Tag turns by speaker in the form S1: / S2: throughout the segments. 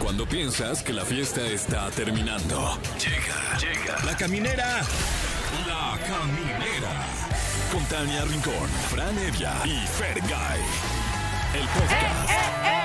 S1: Cuando piensas que la fiesta está terminando. Llega, llega. La caminera. La caminera. Con Tania Rincón, Fran Evia y Fer El podcast.
S2: ¡Eh,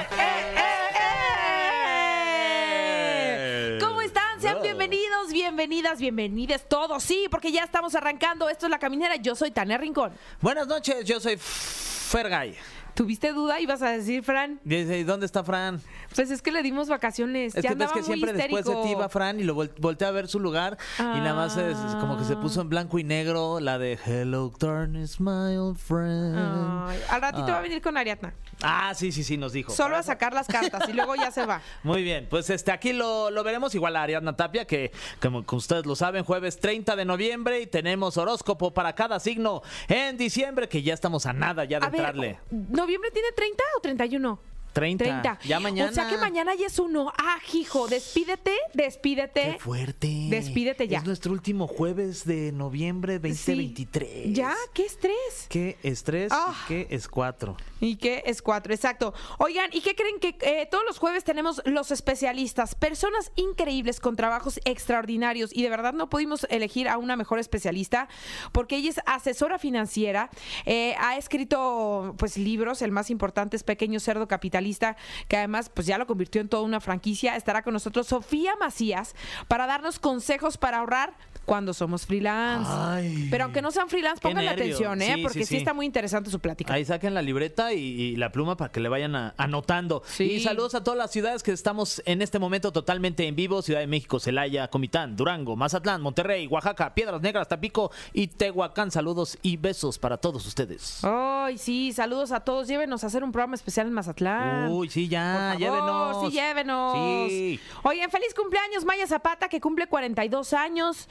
S2: eh, ¿Cómo están? Sean bienvenidos, bienvenidas, bienvenidas todos. Sí, porque ya estamos arrancando. Esto es La Caminera. Yo soy Tania Rincón.
S3: Buenas noches, yo soy Fergay.
S2: ¿Tuviste duda? ¿Ibas a decir, Fran?
S3: Dice, ¿dónde está Fran?
S2: Pues es que le dimos vacaciones.
S3: Es
S2: ya
S3: que ves
S2: andaba
S3: que
S2: muy
S3: siempre después de
S2: histérico.
S3: ti iba Fran y lo vol- volteé a ver su lugar y nada más es es como que se puso en blanco y negro la de Hello, darkness, my old friend.
S2: Ay, al ratito
S3: Ah.
S2: va a venir con Ariadna.
S3: Ah, sí, sí, sí, nos dijo.
S2: Solo a sacar las cartas y luego ya se va.
S3: Muy bien, pues este aquí lo, lo veremos igual a Ariadna Tapia, que como que ustedes lo saben, jueves 30 de noviembre y tenemos horóscopo para cada signo en diciembre, que ya estamos a nada ya de
S2: A ver,
S3: entrarle.
S2: ¿noviembre tiene 30 o 31?
S3: 30.
S2: 30.
S3: Ya mañana.
S2: O sea que mañana ya es uno. Ah, hijo, despídete, despídete.
S3: ¡Qué fuerte!
S2: Despídete ya.
S3: Es nuestro último jueves de noviembre
S2: Sí.
S3: 2023.
S2: ¿Ya? ¿Qué estrés?
S3: ¿Qué es 3
S2: Ah.
S3: y qué es 4?
S2: ¿Y qué es cuatro? Exacto. Oigan, ¿y qué creen que eh, todos los jueves tenemos los especialistas? Personas increíbles con trabajos extraordinarios y de verdad no pudimos elegir a una mejor especialista porque ella es asesora financiera, eh, ha escrito pues libros, el más importante es Pequeño Cerdo Capitalista, que además pues ya lo convirtió en toda una franquicia. Estará con nosotros Sofía Macías para darnos consejos para ahorrar cuando somos freelance.
S3: Ay.
S2: Pero aunque no sean freelance,
S3: Qué
S2: pongan
S3: nervio.
S2: atención, ¿eh?
S3: Sí, sí,
S2: porque sí,
S3: sí.
S2: está muy interesante su plática.
S3: Ahí saquen la libreta y, y la pluma para que le vayan a- anotando.
S2: Sí.
S3: Y saludos a todas las ciudades que estamos en este momento totalmente en vivo. Ciudad de México, Celaya, Comitán, Durango, Mazatlán, Monterrey, Oaxaca, Piedras Negras, Tapico y Tehuacán. Saludos y besos para todos ustedes.
S2: Ay, sí, saludos a todos. Llévenos a hacer un programa especial en Mazatlán.
S3: Uy, sí,
S2: Por
S3: ya,
S2: favor,
S3: llévenos.
S2: Sí, llévenos.
S3: Sí.
S2: Oigan, feliz cumpleaños, Maya Zapata, que cumple 42 años.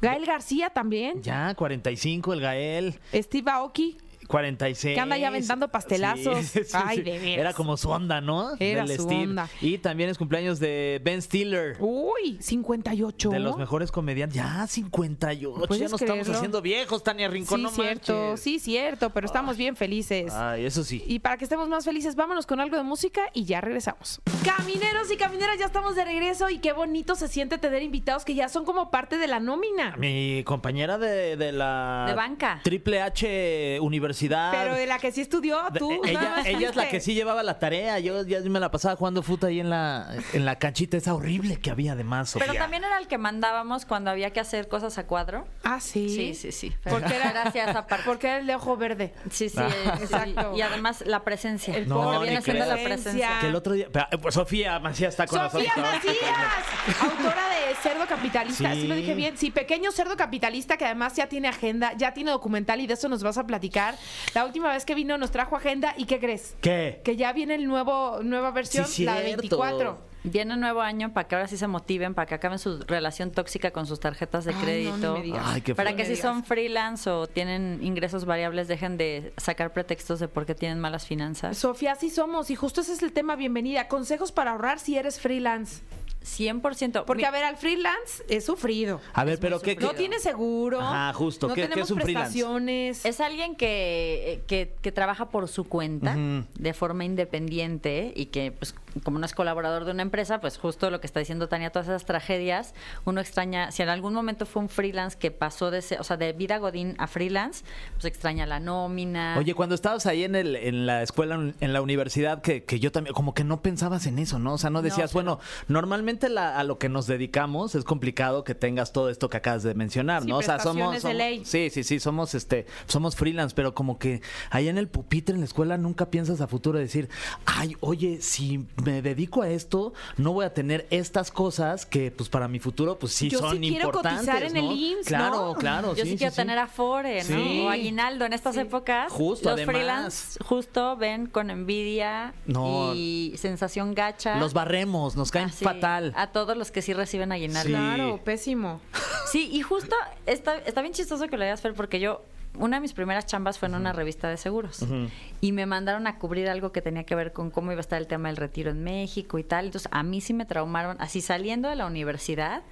S2: Gael García también.
S3: Ya, 45 el Gael.
S2: Steve Aoki.
S3: 46.
S2: Que anda ya aventando pastelazos. Ay, de veras.
S3: Era como su onda, ¿no?
S2: Era
S3: Del
S2: su onda.
S3: Y también es cumpleaños de Ben Stiller.
S2: Uy, 58.
S3: De los mejores comediantes. Ya, 58.
S2: ¿Puedes
S3: Ya nos
S2: creerlo?
S3: estamos haciendo viejos, Tania Rincón.
S2: Sí,
S3: no
S2: cierto.
S3: manches. Ah.
S2: Sí, cierto, pero estamos bien felices.
S3: Ay, eso sí.
S2: Y para que estemos más felices, vámonos con algo de música y ya regresamos. Camineros y camineras, ya estamos de regreso y qué bonito se siente tener invitados que ya son como parte de la nómina.
S3: Mi compañera de, de la...
S4: De banca.
S3: Triple H Universidad.
S2: Pero de la que sí estudió,
S3: De- eh,
S2: tú.
S3: ella
S2: nada más
S3: ella es la
S2: fuiste.
S3: que sí llevaba la tarea. Yo ya me la pasaba jugando fútbol ahí en la, en la canchita esa horrible que había además.
S4: Pero
S3: Sofía.
S4: también era el que mandábamos cuando había que hacer cosas a cuadro.
S2: Ah, sí.
S4: Sí, sí, sí.
S2: Porque era,
S4: gracias aparte.
S2: porque era el de ojo verde.
S4: Sí, sí,
S3: Ah.
S4: sí.
S2: Exacto.
S4: Y además la presencia.
S2: El
S3: No,
S4: Cuando
S3: ni
S4: viene siendo la
S3: creas.
S4: presencia.
S3: Que el otro día. pero, eh, pues, Sofía Macías está con
S2: Sofía
S3: nosotros.
S2: Macías, autora de Cerdo Capitalista, sí.
S3: Sí.
S2: lo dije bien, sí, pequeño cerdo capitalista que además ya tiene agenda, ya tiene documental y de eso nos vas a platicar. La última vez que vino nos trajo agenda y ¿qué crees?
S3: ¿Qué?
S2: Que ya viene el nuevo nueva versión,
S3: Sí,
S2: la de
S3: cierto.
S2: 24.
S4: Viene un nuevo año para que ahora sí se motiven, para que acaben su relación tóxica con sus tarjetas de
S2: Ay, no,
S4: crédito.
S2: no me digas.
S3: Ay, qué
S4: para
S3: fuerte.
S4: que si
S2: No me
S4: son freelance o tienen ingresos variables, dejen de sacar pretextos de por qué tienen malas finanzas.
S2: Sofía, sí somos y justo ese es el tema, bienvenida. Consejos para ahorrar si eres freelance.
S4: 100%.
S2: Porque,
S4: Mi-
S2: a ver, al freelance es sufrido.
S3: A ver,
S4: Es muy
S3: pero ¿qué,
S4: sufrido.
S2: No
S3: qué-
S2: tiene seguro.
S3: Ajá, justo.
S2: No
S3: ¿Qué- qué
S2: tenemos
S3: es un freelance?
S2: prestaciones.
S4: Es alguien que, eh, que- que trabaja por su cuenta
S3: Ujú.
S4: de forma independiente y que, pues, como no es colaborador de una empresa, pues justo lo que está diciendo Tania, todas esas tragedias, uno extraña, si en algún momento fue un freelance que pasó de, se- o sea, de vida godín a freelance, pues extraña la
S2: Ah.
S4: nómina.
S3: Oye, cuando estabas ahí en, el, en la escuela, en la universidad, que, que yo también, como que no pensabas en eso, ¿no? O sea, no decías, bueno, normalmente la- a lo que nos dedicamos es complicado que tengas todo esto que acabas de mencionar,
S2: Sí,
S3: ¿no? O sea, somos,
S2: prestaciones de
S3: somos-
S2: ley.
S3: sí, sí, sí, somos este, somos freelance, pero como que ahí en el pupitre, en la escuela, nunca piensas a futuro decir, ay, oye, si me dedico a esto, no voy a tener estas cosas que, pues, para mi futuro, pues sí
S2: Yo sí
S3: son
S2: quiero
S3: importantes.
S2: cotizar en
S3: ¿no?
S2: el IMSS,
S3: Claro,
S2: ¿no?
S3: claro.
S4: Yo sí, quiero tener Afore, ¿no?
S3: Sí.
S4: O aguinaldo en estas
S2: Sí.
S4: épocas.
S3: Justo,
S4: los
S3: además.
S4: freelance justo ven con envidia
S3: No.
S4: y sensación gacha.
S3: Los barremos, nos
S2: Ah,
S3: caen
S4: Así,
S3: fatal.
S4: A todos los que sí reciben aguinaldo.
S3: Sí.
S2: Claro, pésimo.
S4: Sí, y justo está, está bien chistoso que lo digas, Fer, porque yo, una de mis primeras chambas fue en una revista de seguros. Y me mandaron a cubrir algo que tenía que ver con cómo iba a estar el tema del retiro en México y tal. Entonces, a mí sí me traumaron, así saliendo de la universidad,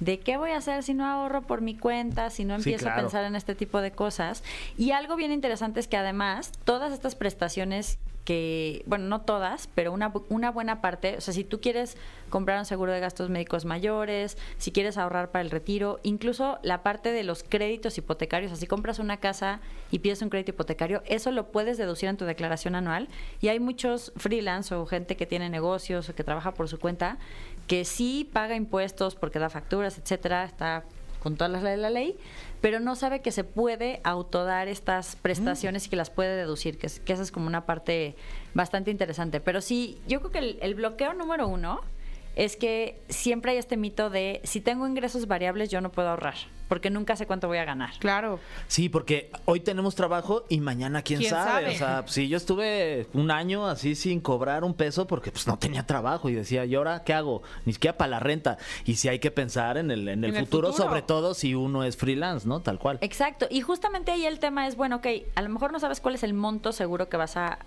S4: de qué voy a hacer si no ahorro por mi cuenta, si no
S3: Sí,
S4: empiezo
S3: claro.
S4: a pensar en este tipo de cosas. Y algo bien interesante es que además, todas estas prestaciones que, bueno, no todas, pero una, bu- una buena parte, o sea, si tú quieres comprar un seguro de gastos médicos mayores, si quieres ahorrar para el retiro, incluso la parte de los créditos hipotecarios, así compras una casa y pides un crédito hipotecario, eso lo puedes deducir en tu declaración anual y hay muchos freelance o gente que tiene negocios o que trabaja por su cuenta que sí paga impuestos porque da facturas, etcétera, está con todas las leyes de la ley, pero no sabe que se puede autodar estas prestaciones y que las puede deducir, que, es- que esa es como una parte bastante interesante. Pero sí, yo creo que el, el bloqueo número uno es que siempre hay este mito de si tengo ingresos variables yo no puedo ahorrar, porque nunca sé cuánto voy a ganar.
S2: Claro.
S3: Sí, porque hoy tenemos trabajo y mañana quién,
S2: ¿Quién
S3: sabe?
S2: sabe?
S3: O sea, si yo estuve un año así sin cobrar un peso porque pues no tenía trabajo y decía, ¿y ahora qué hago? Ni siquiera para la renta. Y sí hay que pensar en el, en el,
S2: En el
S3: futuro,
S2: futuro.
S3: sobre todo si uno es freelance, ¿no? Tal cual.
S4: Exacto, y justamente ahí el tema es, bueno, ok, a lo mejor no sabes cuál es el monto seguro que vas a,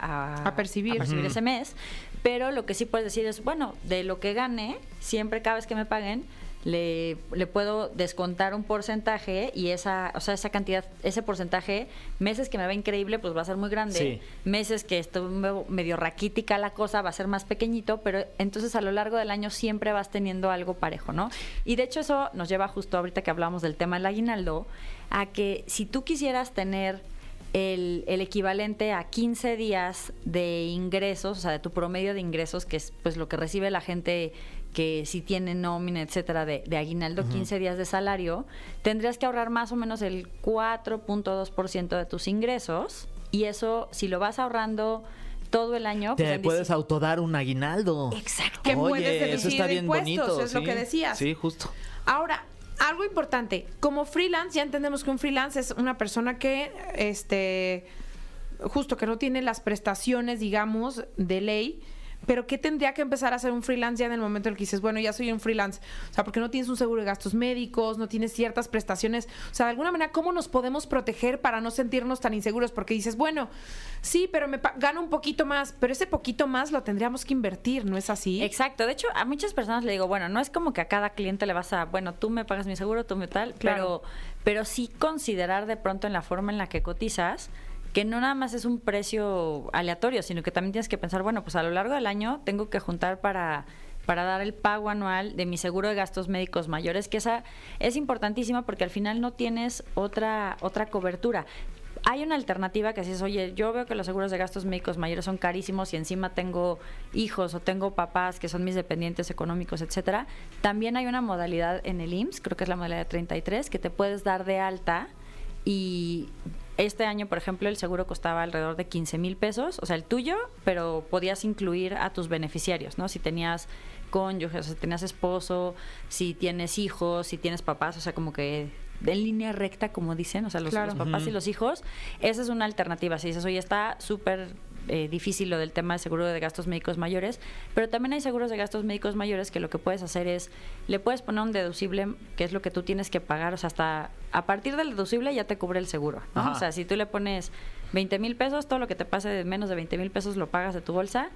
S2: A percibir. Ujú.
S4: ese mes, pero lo que sí puedes decir es, bueno, de lo que gane, siempre cada vez que me paguen, le, le puedo descontar un porcentaje y esa, o sea, esa cantidad, ese porcentaje, meses que me va increíble, pues va a ser muy grande,
S3: Sí.
S4: meses que estuvo medio raquítica la cosa, va a ser más pequeñito, pero entonces a lo largo del año siempre vas teniendo algo parejo, ¿no? Y de hecho eso nos lleva justo ahorita que hablamos del tema del aguinaldo, a que si tú quisieras tener el, el equivalente a 15 días de ingresos, o sea, de tu promedio de ingresos, que es pues lo que recibe la gente que si tiene nómina, etcétera, de, de aguinaldo, 15 días de salario, tendrías que ahorrar más o menos el 4.2% de tus ingresos. Y eso, si lo vas ahorrando todo el año,
S3: Te
S4: pues, en
S3: puedes
S4: dici-
S3: autodar un aguinaldo.
S4: Exacto.
S2: Que
S3: Oye,
S2: puedes deducir
S3: eso está
S2: de
S3: bien
S2: impuestos,
S3: bonito.
S2: es lo
S3: sí.
S2: que decías.
S3: Sí, justo.
S2: Ahora, algo importante, como freelance, ya entendemos que un freelance es una persona que, este, justo que no tiene las prestaciones, digamos, de ley. Pero ¿qué tendría que empezar a hacer un freelance ya en el momento en el que dices, bueno, ya soy un freelance? O sea, porque no tienes un seguro de gastos médicos, no tienes ciertas prestaciones. O sea, de alguna manera, ¿cómo nos podemos proteger para no sentirnos tan inseguros? Porque dices, bueno, sí, pero me pa- gano un poquito más, pero ese poquito más lo tendríamos que invertir, ¿no es así?
S4: Exacto. De hecho, a muchas personas le digo, bueno, no es como que a cada cliente le vas a, bueno, tú me pagas mi seguro, tú me tal,
S2: Claro.
S4: pero, pero sí considerar de pronto en la forma en la que cotizas que no nada más es un precio aleatorio, sino que también tienes que pensar, bueno, pues a lo largo del año tengo que juntar para para dar el pago anual de mi seguro de gastos médicos mayores, que esa es importantísima porque al final no tienes otra otra cobertura. Hay una alternativa que dices, oye, yo veo que los seguros de gastos médicos mayores son carísimos y encima tengo hijos o tengo papás que son mis dependientes económicos, etcétera. También hay una modalidad en el IMSS, creo que es la modalidad 33, que te puedes dar de alta y este año, por ejemplo, el seguro costaba alrededor de 15 mil pesos, o sea, el tuyo, pero podías incluir a tus beneficiarios, ¿no? Si tenías cónyuge, o sea, si tenías esposo, si tienes hijos, si tienes papás, o sea, como que en línea recta, como dicen, o sea, los,
S2: Claro.
S4: los papás y los hijos, esa es una alternativa. Si dices, oye, está súper eh, difícil lo del tema del seguro de gastos médicos mayores, pero también hay seguros de gastos médicos mayores que lo que puedes hacer es, le puedes poner un deducible, que es lo que tú tienes que pagar, o sea, hasta a partir del deducible ya te cubre el seguro, ¿no?
S3: Ajá.
S4: O sea, si tú le pones 20 mil pesos, todo lo que te pase de menos de 20 mil pesos lo pagas de tu bolsa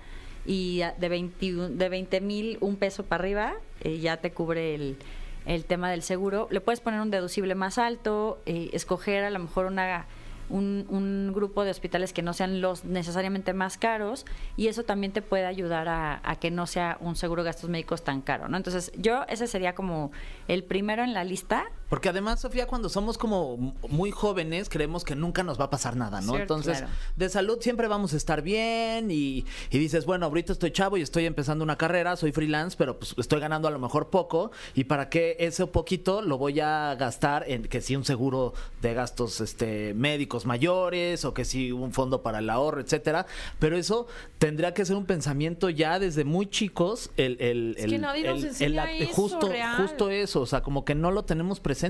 S4: y a- de 21 de 20 mil un peso para arriba eh, ya te cubre el, el tema del seguro. Le puedes poner un deducible más alto, eh, escoger a lo mejor una un, un grupo de hospitales que no sean los necesariamente más caros y eso también te puede ayudar a, a que no sea un seguro de gastos médicos tan caro, ¿no? Entonces yo ese sería como el primero en la lista.
S3: Porque además, Sofía, cuando somos como muy jóvenes, creemos que nunca nos va a pasar nada, ¿no?
S4: Cierto.
S3: Entonces,
S4: Claro.
S3: de salud siempre vamos a estar bien y, y dices, bueno, ahorita estoy chavo y estoy empezando una carrera, soy freelance, pero pues estoy ganando a lo mejor poco y para qué ese poquito lo voy a gastar en que si un seguro de gastos este, médicos mayores o que si un fondo para el ahorro, etcétera. Pero eso tendría que ser un pensamiento ya desde muy chicos el... el,
S2: Es que
S3: el-
S2: nadie nos
S3: el-
S2: enseña
S3: el-
S2: eso,
S3: justo,
S2: real.
S3: justo eso, o sea, como que no lo tenemos presente.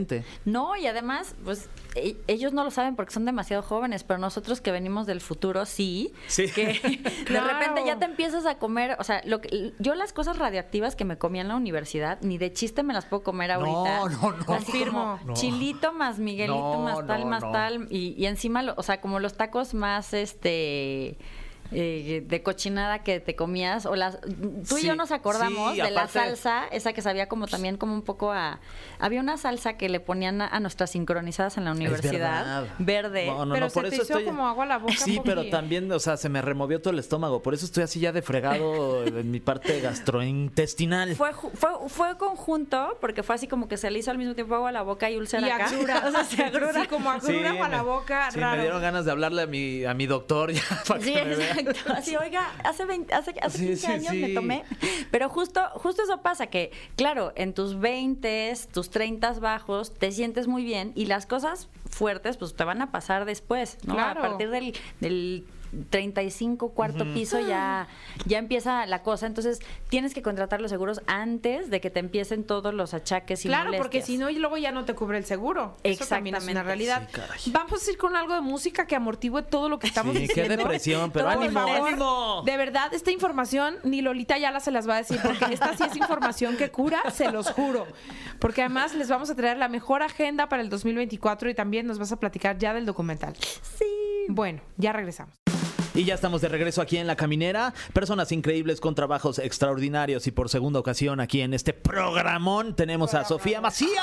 S4: No, y además, pues e- ellos no lo saben porque son demasiado jóvenes, pero nosotros que venimos del futuro sí,
S3: Sí.
S4: que de
S2: Claro.
S4: repente ya te empiezas a comer, o sea, lo que, yo las cosas radioactivas que me comía en la universidad ni de chiste me las puedo comer ahorita.
S3: No, no, no.
S4: Así como
S2: Confirmo.
S4: Chilito más Miguelito
S3: No,
S4: más tal
S3: no,
S4: más
S3: no.
S4: tal y, y encima, lo- o sea, como los tacos más este eh, de cochinada que te comías o las tú
S3: Sí,
S4: y yo nos acordamos
S3: sí,
S4: de la
S3: aparte-
S4: salsa esa que sabía
S3: Pues
S4: como también como un poco a había una salsa que le ponían a, a nuestras sincronizadas en la universidad
S3: verdad.
S4: verde
S3: No, no,
S2: pero
S3: no,
S2: se
S3: por
S2: te
S3: eso
S2: hizo
S3: estoy.
S2: como agua la boca
S3: sí,
S2: porque-
S3: pero también, o sea, se me removió todo el estómago. Por eso estoy así ya de fregado en mi parte gastrointestinal.
S4: fue, ju- fue fue conjunto porque fue así como que se le hizo al mismo tiempo agua a la boca y úlcera
S2: Y
S4: acá
S2: agrura, o sea, se agrura. Sí, como
S3: Sí,
S2: agrura o a la
S3: me-
S2: boca,
S3: sí,
S2: raro.
S3: me dieron ganas de hablarle a mi, a mi doctor ya para
S4: Sí,
S3: que me vea.
S4: exacto. Así, oiga, hace 20, hace, hace
S3: Sí,
S4: 15
S3: sí,
S4: años me
S3: sí.
S4: tomé. Pero justo, justo eso pasa, que claro, en tus 20, tus 30 bajos, te sientes muy bien y las cosas fuertes pues te van a pasar después, ¿no?
S2: Claro.
S4: A partir del... del 35 cuarto piso ya ya empieza la cosa entonces tienes que contratar los seguros antes de que te empiecen todos los achaques y
S2: Claro, porque
S4: molestias.
S2: si no, y luego ya no te cubre el seguro. Eso también es una
S4: Exactamente.
S2: realidad.
S3: Sí, caray.
S2: Vamos a ir con algo de música que amortigüe todo lo que estamos
S3: Sí, qué
S2: diciendo.
S3: depresión, pero
S2: Todo, por
S3: ánimo,
S2: favor,
S3: ánimo.
S2: De verdad, esta información ni Lolita Yala se las va a decir, porque esta sí es información que cura, se los juro. Porque además les vamos a traer la mejor agenda para el 2024 y también nos vas a platicar ya del documental. Sí. Bueno, ya regresamos.
S3: Y ya estamos de regreso aquí en La Caminera. Personas increíbles con trabajos extraordinarios. Y por segunda ocasión aquí en este programón tenemos a Sofía Macía.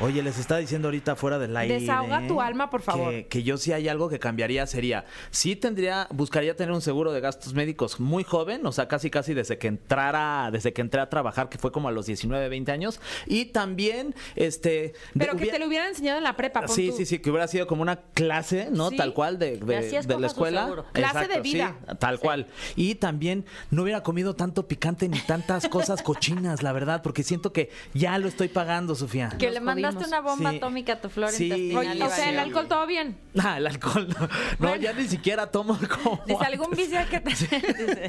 S3: Oye, les está diciendo ahorita fuera del aire. ¿eh?
S2: Desahoga tu alma, por favor.
S3: Que, que yo sí hay algo que cambiaría sería, sí tendría, buscaría tener un seguro de gastos médicos muy joven, o sea, casi casi desde que entrara, desde que entré a trabajar, que fue como a los 19, 20 años, y también, este... de-
S2: Pero que
S3: hubiera-
S2: te lo hubieran enseñado en la prepa. pon
S3: Ah, Sí,
S2: tú.
S3: sí, sí, que hubiera sido como una clase, ¿no?
S2: Sí.
S3: Tal cual de, de-
S4: Y así escoja
S3: de la
S4: su
S3: escuela.
S4: seguro.
S2: Clase de vida.
S3: sí, tal cual. Y también no hubiera comido tanto picante ni tantas cosas cochinas, la verdad, porque siento que ya lo estoy pagando, Sofía.
S4: que
S2: Nos
S4: le mandaste
S2: jodimos.
S4: una bomba
S3: Sí.
S4: atómica a tu flor
S3: Sí.
S4: intestinal
S2: Oye, o sea, el
S4: Iván.
S2: alcohol todo bien.
S3: Ah, el alcohol. No, No, ya ni siquiera tomo como.
S4: Dice, algún vicio que te... dice.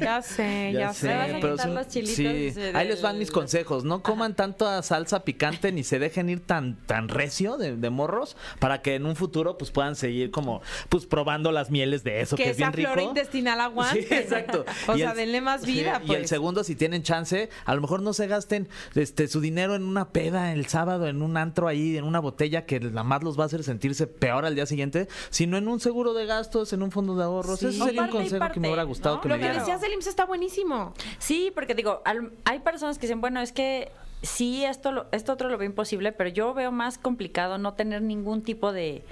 S2: Ya sé, ya,
S3: Ya
S2: sé.
S3: sé,
S4: Me vas a
S3: pero
S4: quitar
S3: son-
S4: los chilitos
S3: sí.
S4: del-
S3: Ahí les van mis consejos. No coman tanta salsa picante ni se dejen ir tan, tan recio de, de morros para que en un futuro pues puedan seguir como pues probando las mieles de eso que,
S2: que
S3: es bien
S2: esa
S3: rico.
S2: flora intestinal aguante.
S3: Sí, exacto.
S2: O
S3: Y
S2: sea,
S3: el-
S2: denle más
S3: sí,
S2: vida.
S3: Y el
S2: pues.
S3: segundo, si tienen chance, a lo mejor no se gasten este su dinero en una peda el sábado, en un antro ahí, en una botella que nada más los va a hacer sentirse peor al día siguiente, sino en un seguro de gastos, en un fondo de ahorros.
S2: Sí.
S3: Eso sería
S4: O
S3: un
S4: parte y
S3: consejo que me
S4: parte,
S3: hubiera gustado
S4: ¿no?
S3: que
S2: Lo
S3: me
S2: que
S4: Claro.
S2: decías
S3: dieran.
S2: del IMSS está buenísimo.
S4: Sí, porque digo, al- hay personas que dicen, bueno, es que sí, esto, lo- esto otro lo veo imposible, pero yo veo más complicado no tener ningún tipo de,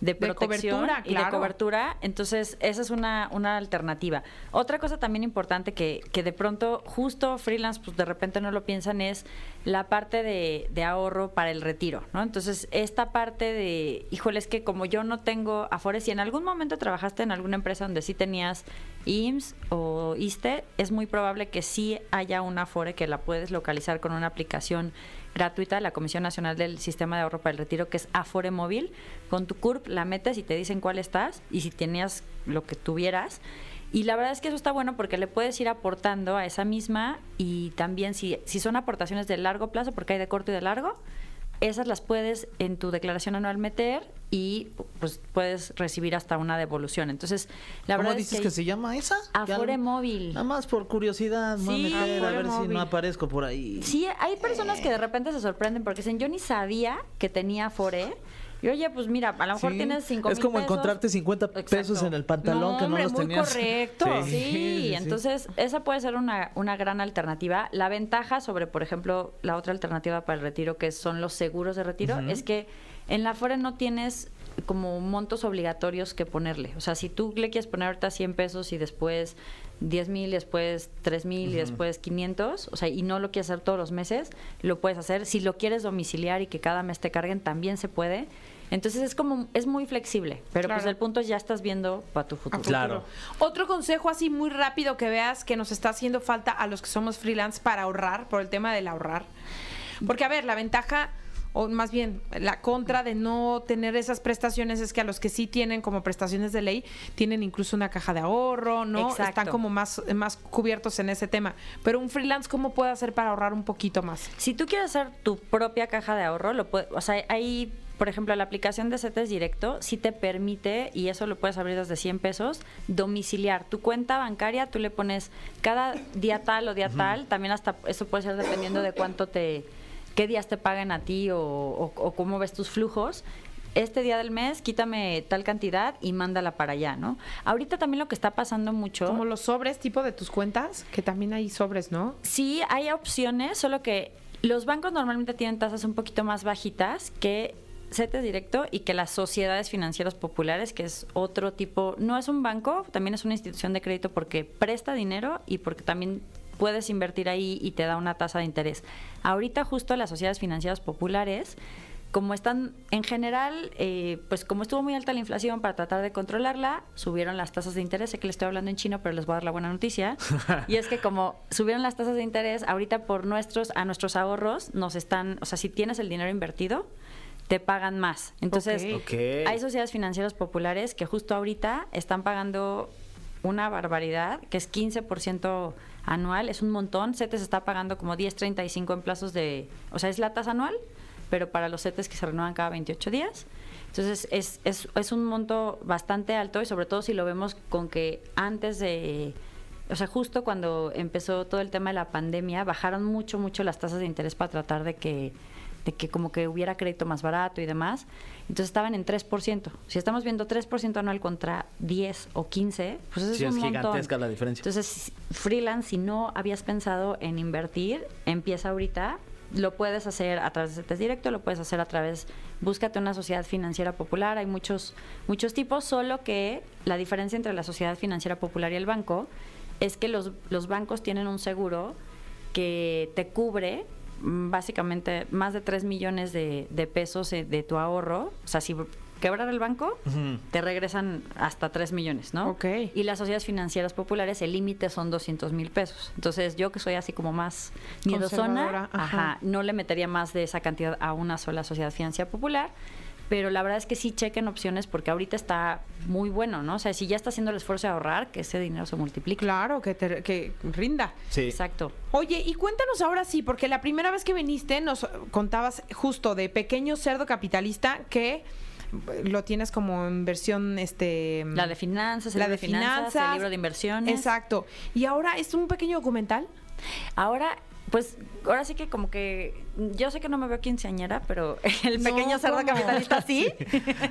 S4: de protección
S2: cobertura,
S4: y
S2: claro.
S4: de cobertura. Entonces, esa es una, una alternativa. Otra cosa también importante que, que de pronto, justo freelance, pues de repente no lo piensan, es la parte de, de ahorro para el retiro, ¿no? Entonces, esta parte de, híjole, es que como yo no tengo afores, si en algún momento trabajaste en alguna empresa donde sí tenías IMSS o ISTE, E, es muy probable que sí haya una afore que la puedes localizar con una aplicación gratuita de la Comisión Nacional del Sistema de Ahorro para el Retiro, que es Afore Móvil. Con tu CURP la metes y te dicen cuál estás y si tenías lo que tuvieras. Y la verdad es que eso está bueno porque le puedes ir aportando a esa misma y también si, si son aportaciones de largo plazo, porque hay de corto y de largo, esas las puedes en tu declaración anual meter y pues puedes recibir hasta una devolución. Entonces, la
S3: ¿Cómo
S4: verdad
S3: dices
S4: es
S3: que,
S4: que
S3: se llama esa?
S4: Afore
S3: Ya-
S4: Móvil.
S3: Nada más por curiosidad, me voy a
S4: Sí,
S3: meter, a
S2: Afore
S3: ver si
S2: Móvil.
S3: no aparezco por ahí.
S4: Sí, hay personas que de repente se sorprenden porque dicen, yo ni sabía que tenía Afore. Y oye, pues mira, a lo mejor
S3: Sí.
S4: tienes cinco
S3: Es
S4: mil
S3: como
S4: pesos.
S3: encontrarte 50 pesos
S4: Exacto.
S3: en el pantalón
S2: No,
S3: que no
S2: hombre,
S3: los
S2: muy
S3: tenías.
S2: correcto.
S4: Sí,
S3: sí, sí.
S4: entonces esa puede ser una, una gran alternativa. La ventaja sobre, por ejemplo, la otra alternativa para el retiro, que son los seguros de retiro, es que en la Afore no tienes como montos obligatorios que ponerle. O sea, si tú le quieres poner ahorita 100 pesos y después 10 mil, después 3 mil y después 500, o sea, y no lo quieres hacer todos los meses, lo puedes hacer. Si lo quieres domiciliar y que cada mes te carguen, también se puede. Entonces es como, es muy flexible, pero pues
S2: Claro.
S4: el punto es ya estás viendo para tu futuro.
S3: Claro.
S2: Otro consejo así muy rápido que veas que nos está haciendo falta a los que somos freelance para ahorrar, por el tema del ahorrar. Porque, a ver, la ventaja, o más bien la contra de no tener esas prestaciones es que a los que sí tienen como prestaciones de ley, tienen incluso una caja de ahorro, ¿no?
S4: Exacto.
S2: Están como más, más cubiertos en ese tema. Pero un freelance, ¿cómo puede hacer para ahorrar un poquito más?
S4: Si tú quieres hacer tu propia caja de ahorro, lo puede- o sea, hay, por ejemplo, la aplicación de CETES Directo sí te permite, y eso lo puedes abrir desde 100 pesos, domiciliar tu cuenta bancaria, tú le pones cada día tal o día tal, también hasta, eso puede ser dependiendo de cuánto te, qué días te pagan a ti o, o- o cómo ves tus flujos. este día del mes quítame tal cantidad y mándala para allá, ¿no? Ahorita también lo que está pasando mucho...
S2: Como los sobres tipo de tus cuentas, que también hay sobres, ¿no?
S4: Sí, hay opciones, solo que los bancos normalmente tienen tasas un poquito más bajitas que CETES Directo y que las sociedades financieras populares, que es otro tipo, no es un banco, también es una institución de crédito porque presta dinero y porque también puedes invertir ahí y te da una tasa de interés. Ahorita justo las sociedades financieras populares, como están en general, eh, pues como estuvo muy alta la inflación para tratar de controlarla, subieron las tasas de interés. Sé que le estoy hablando en chino, pero les voy a dar la buena noticia. Y es que como subieron las tasas de interés, ahorita por nuestros, a nuestros ahorros nos están, o sea, si tienes el dinero invertido, te pagan más. Entonces,
S2: Ok.
S3: Ok.
S4: hay sociedades financieras populares que justo ahorita están pagando una barbaridad, que es 15% anual, es un montón. CETES está pagando como 10.35 en plazos de, o sea, es la tasa anual, pero para los CETES que se renuevan cada 28 días. Entonces, es, es, es un monto bastante alto y sobre todo si lo vemos con que antes de... O sea, justo cuando empezó todo el tema de la pandemia, bajaron mucho, mucho las tasas de interés para tratar de que, de que como que hubiera crédito más barato y demás. Entonces estaban en 3%. Si estamos viendo 3% anual contra 10 o 15, pues eso
S3: Sí,
S4: es un
S3: es
S4: montón.
S3: gigantesca la diferencia.
S4: Entonces, freelance, si no habías pensado en invertir, empieza ahorita. Lo puedes hacer a través de CETES Directo, lo puedes hacer a través, búscate una sociedad financiera popular, hay muchos, muchos tipos, solo que la diferencia entre la sociedad financiera popular y el banco es que los, los bancos tienen un seguro que te cubre mm, básicamente más de 3 millones de, de pesos eh, de tu ahorro. O sea, si quebrar el banco,
S3: Ujú.
S4: te regresan hasta 3 millones, ¿no?
S2: Ok.
S4: Y las sociedades financieras populares, el límite son 200 mil pesos. Entonces, yo que soy así como más miedosona,
S2: Conservadora, ajá.
S4: ajá, no le metería más de esa cantidad a una sola sociedad financiera popular. Pero la verdad es que sí chequen opciones porque ahorita está muy bueno, ¿no? O sea, si ya está haciendo el esfuerzo de ahorrar, que ese dinero se multiplique.
S2: Claro, que, te- que rinda.
S3: Sí.
S4: Exacto.
S2: Oye, y cuéntanos ahora sí, porque la primera vez que viniste nos contabas justo de pequeño cerdo capitalista que eh, lo tienes como en versión este
S4: La de finanzas, el
S2: la
S4: libro
S2: de finanzas,
S4: el libro de inversiones.
S2: Exacto. Y ahora es un pequeño documental.
S4: Ahora, pues, ahora sí que como que yo sé que no me veo quinceañera, pero el
S2: No,
S4: pequeño cerdo
S2: ¿cómo?
S4: capitalista sí.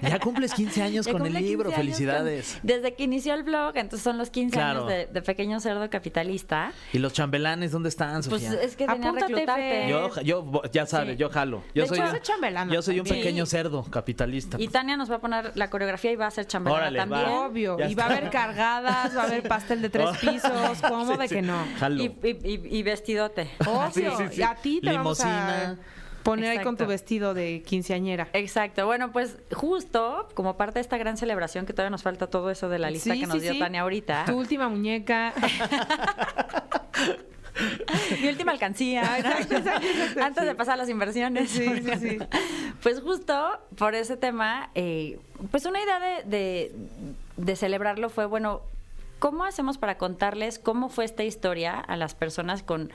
S3: Ya cumples 15 años
S4: Ya
S3: con el
S4: cumple 15
S3: libro,
S4: años
S3: felicidades.
S4: con- desde que inició el blog, entonces son los 15
S3: Claro.
S4: años de, de pequeño cerdo capitalista.
S3: ¿Y los chambelanes dónde están,
S4: Pues
S3: Sofía?
S4: es que tenía que
S2: Apúntate,
S4: reclutarte.
S2: Fer.
S3: Yo, yo, ya sabes,
S4: Sí.
S3: yo jalo. Yo
S2: De
S3: soy,
S2: hecho,
S3: un-
S2: soy chambelana
S3: yo soy un
S2: también.
S3: pequeño cerdo capitalista.
S4: Y Tania nos va a poner la coreografía y va a ser chambelana
S3: Órale, va.
S4: también.
S2: Obvio.
S3: Ya
S2: y va a
S3: está. Oh.
S2: haber cargadas, va a haber pastel de tres pisos. ¿Cómo
S3: Sí,
S2: de
S3: sí.
S2: que no?
S3: Jalo.
S4: Y, y- y- y vestidote.
S2: Obvio.
S3: sí, sí.
S2: Y a ti te vamos
S3: Limosina.
S2: a poner ahí con tu
S4: Exacto.
S2: vestido de quinceañera.
S4: Exacto. Bueno, pues justo como parte de esta gran celebración que todavía nos falta todo eso de la lista
S2: Sí,
S4: que nos
S2: sí,
S4: dio
S2: sí.
S4: Tania ahorita.
S2: Tu última muñeca.
S4: Mi última alcancía. ¿no?
S2: Ah, Exacto, exacto, exacto,
S4: Antes
S2: sí.
S4: de pasar a las inversiones.
S2: Sí, sí, sí.
S4: Pues justo por ese tema, eh, pues una idea de, de- de celebrarlo fue, bueno, ¿cómo hacemos para contarles cómo fue esta historia a las personas con...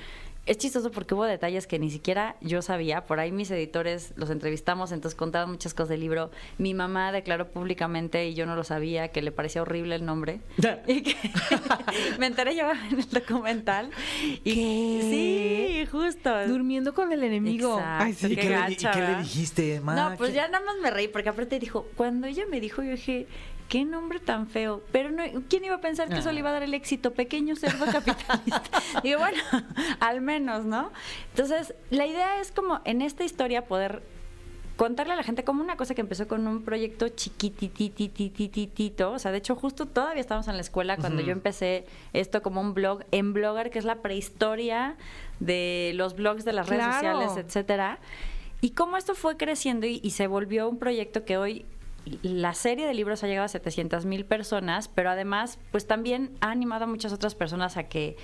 S4: Es chistoso porque hubo detalles que ni siquiera yo sabía. Por ahí mis editores los entrevistamos, entonces contaban muchas cosas del libro. Mi mamá declaró públicamente, y yo no lo sabía, que le parecía horrible el nombre. y que me enteré yo en el documental. Y
S2: ¿Qué?
S4: Sí, justo.
S2: Durmiendo con el enemigo.
S4: Exacto.
S2: Ay, sí.
S3: ¿Y
S4: qué
S3: qué, le, di- y
S4: gacha,
S3: qué le
S4: ¿verdad?
S3: dijiste, ma?
S4: No, pues
S3: ¿Qué-
S4: ya nada más me reí, porque aparte dijo, cuando ella me dijo, yo dije, qué nombre tan feo. Pero no, ¿quién iba a pensar que eso le iba a dar el éxito? Pequeño cerdo capitalista. Digo, bueno, al menos, ¿no? Entonces, la idea es como en esta historia poder contarle a la gente como una cosa que empezó con un proyecto chiquitititititito, o sea, de hecho justo todavía estábamos en la escuela cuando yo empecé esto como un blog en Blogger, que es la prehistoria de los blogs de las redes
S2: Claro.
S4: sociales, etcétera. Y cómo esto fue creciendo y, y se volvió un proyecto que hoy la serie de libros ha llegado a 700 mil personas, pero además, pues también ha animado a muchas otras personas a que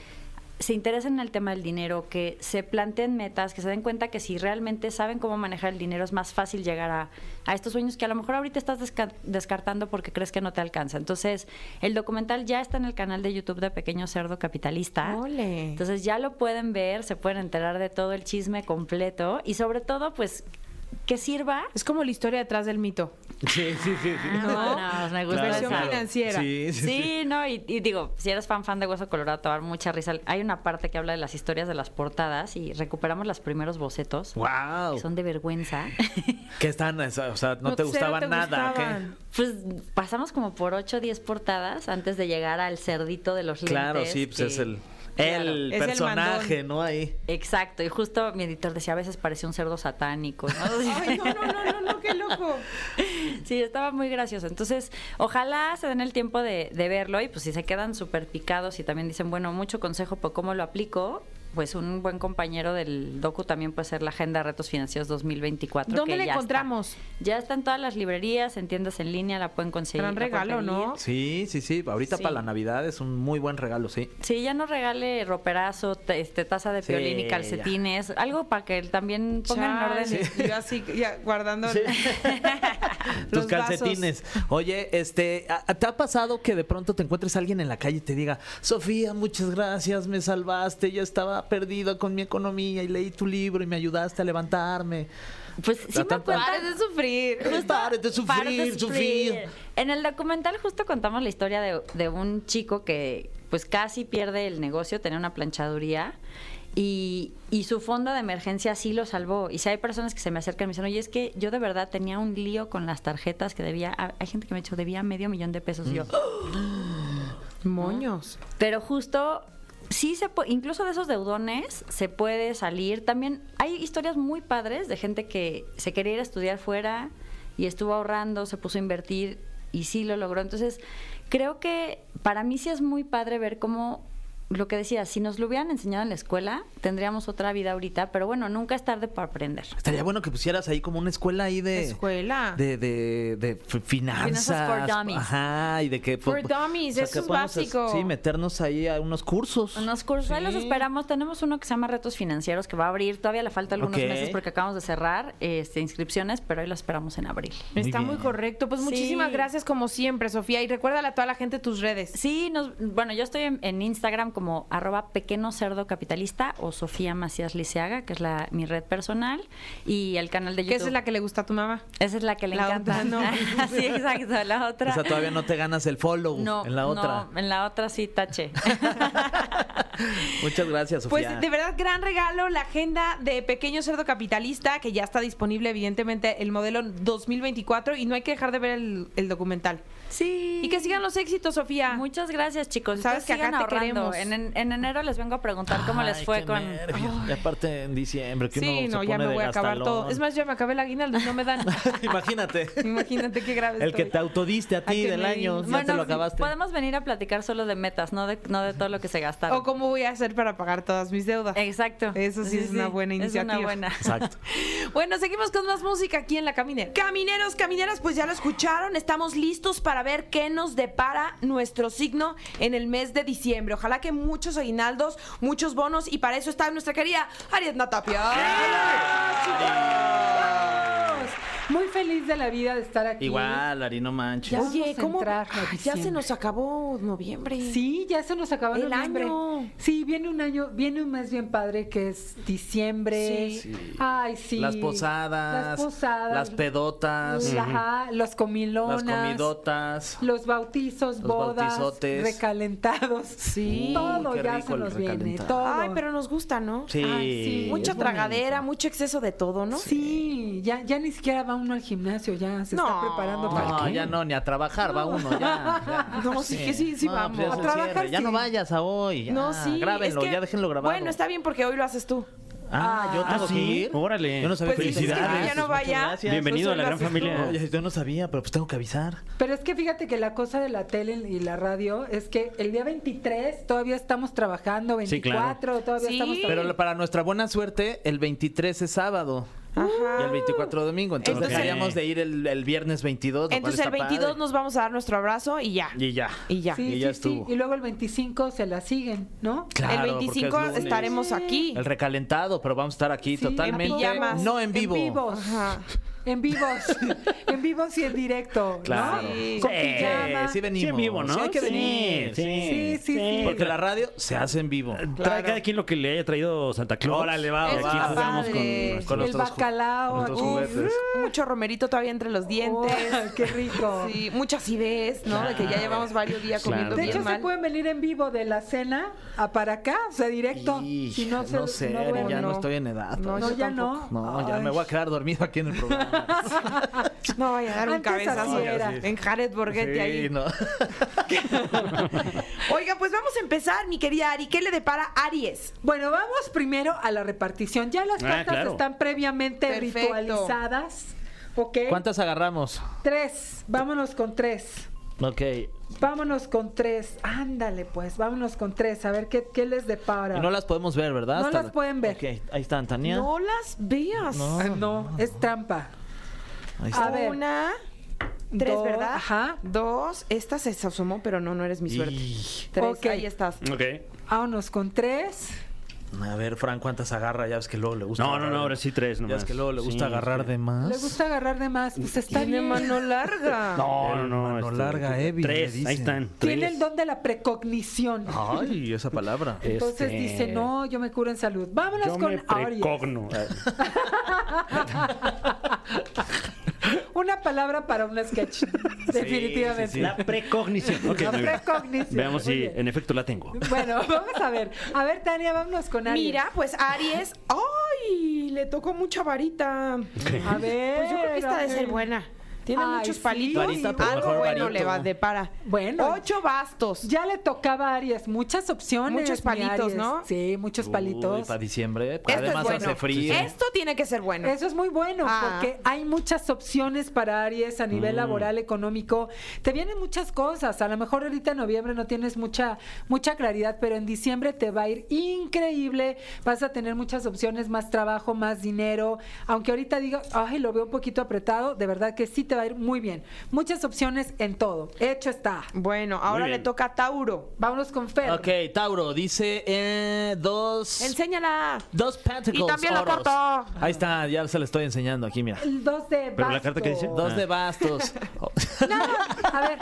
S4: se interesen en el tema del dinero, que se planteen metas, que se den cuenta que si realmente saben cómo manejar el dinero es más fácil llegar a, a estos sueños que a lo mejor ahorita estás desca- descartando porque crees que no te alcanza. Entonces, el documental ya está en el canal de YouTube de Pequeño Cerdo
S2: ¿Ah?
S4: Capitalista.
S2: Ole.
S4: Entonces ya lo pueden ver, se pueden enterar de todo el chisme completo y sobre todo, pues que sirva.
S2: Es como la historia detrás del mito.
S3: Sí, sí, sí. sí.
S4: Vámonos, Ah, me gusta
S2: Versión
S4: esa.
S2: financiera.
S3: Sí, sí, sí.
S4: Sí, no, y, y digo, si eres fan, fan de Hueso Colorado, te va a dar mucha risa. Hay una parte que habla de las historias de las portadas y recuperamos los primeros bocetos.
S3: Wow.
S4: Que son de vergüenza.
S3: ¿Qué están? O sea, no, te
S2: pues, cero
S3: gustaba
S2: te
S3: nada. ¿qué?
S2: gustaban.
S4: Pues pasamos como por 8 o 10 portadas antes de llegar al cerdito de los
S3: Claro,
S4: lentes,
S3: sí, pues
S4: que-
S3: es el,
S4: Claro.
S3: el
S2: Es el
S3: personaje,
S2: mandón.
S3: ¿no? Ahí.
S4: Exacto, y justo mi editor decía, a veces parece un cerdo satánico. ¿no?
S2: Ay, no, no, no, no, no, qué loco.
S4: Sí, estaba muy gracioso. Entonces, ojalá se den el tiempo de, de verlo y pues si se quedan súper picados y también dicen, bueno, mucho consejo, pero ¿cómo lo aplico? Pues un buen compañero del docu también puede ser la Agenda de Retos Financieros 2024.
S2: ¿Dónde
S4: que
S2: la
S4: ya
S2: encontramos?
S4: está. Ya está en todas las librerías, en tiendas en línea, la pueden conseguir.
S2: Gran
S4: la pueden
S2: regalo,
S4: pedir.
S2: ¿no?
S3: Sí, sí, sí. Ahorita
S4: Sí.
S3: para la Navidad es un muy buen regalo, sí.
S4: Sí, ya no regale roperazo, te- este, taza de
S3: Sí,
S4: piolín y
S3: ya.
S4: calcetines, algo para que también pongan en orden.
S2: Chale, Yo así, ya, guardando
S3: Sí. Tus
S2: los vasos.
S3: calcetines. Oye, este, ¿a- ¿te ha pasado que de pronto te encuentres a alguien en la calle y te diga, Sofía, muchas gracias, me salvaste, yo estaba perdida con mi economía y leí tu libro y me ayudaste a levantarme?
S4: Pues sí me
S3: Tratan-
S4: cuentan-
S2: Pares de sufrir.
S4: Justo-
S3: Pares Eh, de sufrir,
S4: pares de
S3: sufrir.
S4: En el documental justo contamos la historia de, de un chico que pues casi pierde el negocio, tenía una planchaduría. Y, y su fondo de emergencia sí lo salvó. Y si hay personas que se me acercan y me dicen, oye, es que yo de verdad tenía un lío con las tarjetas que debía. ah, Hay gente que me ha dicho, debía medio millón de pesos. Y yo,
S2: Moños.
S4: pero justo sí se puede, incluso de esos deudones se puede salir. También hay historias muy padres de gente que se quería ir a estudiar fuera y estuvo ahorrando, se puso a invertir y sí lo logró. Entonces, creo que para mí sí es muy padre ver cómo lo que decía, si nos lo hubieran enseñado en la escuela, tendríamos otra vida ahorita, pero bueno, nunca es tarde para aprender.
S3: Estaría bueno que pusieras ahí como una escuela ahí de...
S2: Escuela.
S3: De, de, de f- finanzas.
S4: Finanzas for dummies.
S3: Ajá, y de que... pues,
S2: For dummies, eso
S3: que
S2: es
S3: podamos,
S2: básico.
S3: Sí, meternos ahí a unos cursos.
S4: Unos cursos, ahí los
S3: Sí.
S4: esperamos. Tenemos uno que se llama Retos Financieros que va a abrir. Todavía le falta algunos
S3: Ok.
S4: meses porque acabamos de cerrar este, inscripciones, pero ahí lo esperamos en abril.
S3: Muy
S2: Está
S3: bien.
S2: muy correcto. Pues muchísimas
S4: Sí.
S2: gracias como siempre, Sofía. Y recuérdale a toda la gente tus redes.
S4: Sí, nos, bueno, yo estoy en, en Instagram como arroba pequeño cerdo capitalista o Sofía Macías Liceaga, que es la, mi red personal, y el canal de
S2: Que
S4: YouTube.
S2: esa es la que le gusta a tu mamá.
S4: Esa es la que le
S2: la
S4: encanta.
S2: otra no.
S4: sí, exacto, la otra.
S3: O sea, todavía no te ganas el follow
S4: No,
S3: en la otra.
S4: No, en la otra sí, tache.
S3: Muchas gracias, Sofía.
S2: Pues de verdad, gran regalo la agenda de Pequeño Cerdo Capitalista, que ya está disponible, evidentemente, el modelo 2024, y no hay que dejar de ver el, el documental.
S4: sí.
S2: Y que sigan los éxitos, Sofía.
S4: Muchas gracias, chicos.
S2: Sabes
S4: Ustedes
S2: que acá
S4: sigan
S2: te
S4: ahorrando.
S2: queremos.
S4: En, en- en enero les vengo a preguntar cómo les
S3: Ay,
S4: fue
S3: qué
S4: con.
S3: nervios. Y aparte en diciembre que
S2: sí,
S3: uno
S2: no,
S3: se
S2: ya
S3: pone
S2: me
S3: de
S2: voy a acabar todo.
S3: gastalón.
S2: Es más, ya me acabé el aguinaldo, y no me dan.
S3: imagínate.
S2: Imagínate qué grave
S3: El que
S2: estoy.
S3: te autodiste a
S2: Ay,
S3: ti
S2: que
S3: del
S2: me
S3: año,
S2: di-
S3: ya te lo acabaste.
S4: podemos venir a platicar solo de metas, no de, no de todo lo que se gastaron.
S2: O cómo voy a hacer para pagar todas mis deudas.
S4: Exacto.
S2: Eso sí es una buena iniciativa.
S4: Es una buena.
S3: Exacto.
S2: Bueno, seguimos con más música aquí en La Caminera. Camineros, camineras, pues ya lo escucharon. Estamos listos para ver qué nos depara nuestro signo en el mes de diciembre. Ojalá que muchos aguinaldos, muchos bonos y para eso está nuestra querida Ariadna Tapia.
S5: Pues, Muy feliz de la vida de estar aquí.
S3: Igual, Ari, no manches.
S5: Ya vamos a entrar a
S2: Ay, ya se
S5: diciembre.
S2: nos acabó noviembre.
S5: Sí, ya se nos acabó
S2: El
S5: noviembre.
S2: año.
S5: Sí, viene un año, viene un mes bien padre que es diciembre.
S2: Sí.
S3: Sí.
S5: Ay, sí.
S3: Las posadas.
S5: Las posadas.
S3: Las pedotas.
S5: Ajá, los comilonas.
S3: Las comidotas.
S5: Los bautizos,
S3: Los
S5: bodas,
S3: bautizotes.
S5: recalentados.
S2: Sí.
S5: Todo
S3: Uy, qué
S5: ya
S3: rico
S5: se
S3: el
S5: nos viene.
S3: recalentado.
S5: Todo.
S2: Ay, pero nos gusta, ¿no?
S3: Sí.
S5: Ay, sí.
S2: Mucha
S3: es
S2: tragadera, mucho exceso de todo, ¿no?
S5: Sí, ya, ya ni siquiera va uno al gimnasio, ya se
S2: No.
S5: está preparando para
S3: bonito. No,
S5: el
S3: ya no, ni a trabajar va uno, ya. ya.
S2: No, sí que sí, sí
S3: No,
S2: vamos.
S3: pues
S2: A
S3: ya es el
S2: trabajar,
S3: cierre. Ya
S2: sí.
S3: no vayas a hoy. ya.
S2: No, sí.
S3: Grábenlo,
S2: es que-
S3: ya déjenlo grabado.
S2: Bueno, está bien porque hoy lo haces tú.
S3: Ah, yo
S6: Ah,
S3: tengo
S6: ¿sí?
S3: que ir.
S6: Órale.
S3: Yo no sabía
S6: Pues
S3: que
S6: sí, sí,
S3: felicidades.
S6: que ya
S3: Muchas
S6: no
S2: vaya.
S3: gracias.
S6: Bienvenido a la gran
S2: Eso es Pues lo
S6: familia.
S2: básico.
S3: Oye, yo no sabía, pero pues tengo que avisar.
S5: Pero es que fíjate que la cosa de la tele y la radio es que el día 23 todavía estamos trabajando,
S6: Sí, claro.
S5: 24 todavía
S2: Sí.
S5: estamos
S3: Pero la- para nuestra buena suerte, el 23 es sábado. Y el 24 domingo, entonces
S2: Entonces-
S3: deberíamos de ir el, el viernes 22. lo cual
S2: Entonces el
S3: está
S2: 22
S3: padre.
S2: nos vamos a dar nuestro abrazo y ya.
S3: Y ya.
S2: Y ya.
S5: Sí,
S3: Y ya
S5: sí, sí.
S3: estuvo.
S5: Y luego el 25 se la siguen, ¿no?
S3: Claro,
S2: el
S3: porque es
S2: 25
S3: lunes.
S2: estaremos aquí.
S3: El recalentado, pero vamos a estar aquí
S5: Sí,
S3: totalmente.
S2: en pijamas.
S3: No en vivo.
S5: En vivo.
S2: Ajá.
S5: en vivos, en vivos y en directo. ¿no?
S3: Claro.
S2: Sí.
S5: Con
S3: Sí,
S5: pijama.
S3: sí venimos.
S6: Sí, en vivo, ¿no?
S3: Sí hay que
S6: Sí,
S3: venir.
S6: sí,
S5: Sí, sí, sí.
S3: Porque la radio se hace en vivo.
S6: Trae cada quien lo que le haya traído Santa Claus.
S3: Órale, va,
S6: Y
S2: Eso
S6: aquí
S2: está
S6: jugamos
S2: padre.
S6: con,
S3: Con
S6: con
S5: el
S3: nuestros ju-
S5: bacalao
S3: nuestros
S5: aquí.
S3: juguetes.
S2: Mucho romerito todavía entre los dientes.
S5: Ay, qué rico.
S2: Sí, muchas ideas, ¿no? De que ya llevamos varios días
S6: Claro.
S2: comiendo
S5: De
S2: bien
S5: hecho,
S2: mal.
S5: se pueden venir en vivo de la cena a para acá, o sea, directo.
S3: Hija,
S5: si no, se,
S3: no sé,
S5: bueno,
S3: ya no.
S2: no.
S3: estoy en edad. pues.
S2: No,
S5: No,
S2: yo
S5: ya
S2: tampoco.
S5: no.
S3: No, ya
S5: Ay.
S3: me voy a quedar dormido aquí en el programa.
S2: No vaya a dar un
S5: Antes así
S2: cabezazo
S5: era.
S2: en Jared Borghetti
S3: Sí,
S2: ahí.
S3: no.
S2: Oiga, pues vamos a empezar, mi querida Ari. ¿Qué le depara Aries?
S5: Bueno, vamos primero a la repartición. Ya las
S6: Ah,
S5: cartas
S6: claro.
S5: están previamente
S2: Perfecto.
S5: ritualizadas. ¿Ok?
S3: ¿Cuántas agarramos?
S5: Tres. Vámonos con tres.
S3: Ok.
S5: Vámonos con tres. Ándale, pues, vámonos con tres. A ver qué, qué les depara.
S3: Y no las podemos ver, ¿verdad?
S5: No
S3: Hasta
S5: las pueden ver.
S3: Ok, ahí están, Tania.
S2: No las veas.
S3: No.
S5: Ah, no, es trampa.
S3: Ahí
S5: A
S3: está.
S5: ver.
S2: Una, tres,
S5: Dos,
S2: ¿verdad?
S5: Ajá.
S2: Dos. Esta se asomó, pero no, no eres mi suerte.
S3: Y-
S2: Tres,
S5: Ok.
S2: ahí estás.
S6: Ok.
S5: Vámonos con tres.
S3: mm, A ver, Fran, ¿cuántas agarra? Ya ves que luego le gusta.
S6: No, no,
S3: agarrar.
S6: no, ahora sí tres
S3: Ya
S6: nomás.
S3: ves que luego le
S6: Sí,
S3: gusta agarrar
S6: sí.
S3: de más.
S5: Le gusta agarrar de más. Pues está
S2: Tiene
S5: bien.
S2: mano larga.
S6: No, no,
S3: El
S6: no. este,
S3: mano larga, Evi, le
S6: Tres,
S3: dicen.
S6: ahí están. Tres.
S5: Tiene el don de la precognición.
S3: Ay, esa palabra.
S5: Entonces
S6: Este,
S5: dice, no, yo me curo en salud. Vámonos
S6: Yo
S5: con
S6: me
S5: Aries.
S6: precogno.
S5: Una palabra para un sketch. definitivamente.
S3: sí, sí.
S6: La precognición. Ok,
S5: La
S6: muy bien.
S5: precognición.
S6: Veamos
S5: Muy
S6: si
S5: bien.
S6: en efecto la tengo.
S5: Bueno, vamos a ver. A ver, Tania, vámonos con Aries.
S2: Mira, pues Aries. ¡Ay! Le tocó mucha varita.
S5: A ver.
S2: Pues yo creo que esta debe
S5: a
S2: ser
S5: ver.
S2: buena. Tiene
S5: Ay,
S2: muchos
S5: sí.
S2: palitos.
S3: Varita, pero
S2: Algo
S3: mejor
S2: bueno
S3: varito.
S2: le va, depara.
S5: Bueno.
S2: Ocho bastos.
S5: Ya le tocaba a Aries muchas opciones.
S2: Muchos
S5: mi
S2: palitos,
S5: Aries.
S2: ¿no?
S5: Sí, muchos
S3: Uy,
S5: palitos.
S3: para diciembre. eh.
S2: Esto
S3: además
S2: es bueno.
S3: hace frío.
S2: Esto tiene que ser bueno.
S5: Eso es muy bueno
S2: Ah.
S5: porque hay muchas opciones para Aries a
S6: Mm.
S5: nivel laboral, económico. Te vienen muchas cosas. A lo mejor ahorita en noviembre no tienes mucha mucha claridad, pero en diciembre te va a ir increíble. Vas a tener muchas opciones, más trabajo, más dinero. Aunque ahorita digas, ay, lo veo un poquito apretado, de verdad que sí te va a ir muy bien. Muchas opciones en todo. Hecho está.
S2: Bueno, ahora le
S6: bien.
S2: toca a Tauro.
S5: Vámonos con Fer.
S3: Ok, Tauro, dice eh, dos.
S2: Enséñala.
S3: Dos pentacles.
S2: Y también la
S3: oros.
S2: cortó.
S3: Ahí está, ya se le estoy enseñando aquí, mira.
S5: El 2 de
S6: Pero la carta que
S5: bastos.
S6: dice,
S3: Dos
S6: Ah.
S3: de bastos. Oh.
S5: Nada, a ver,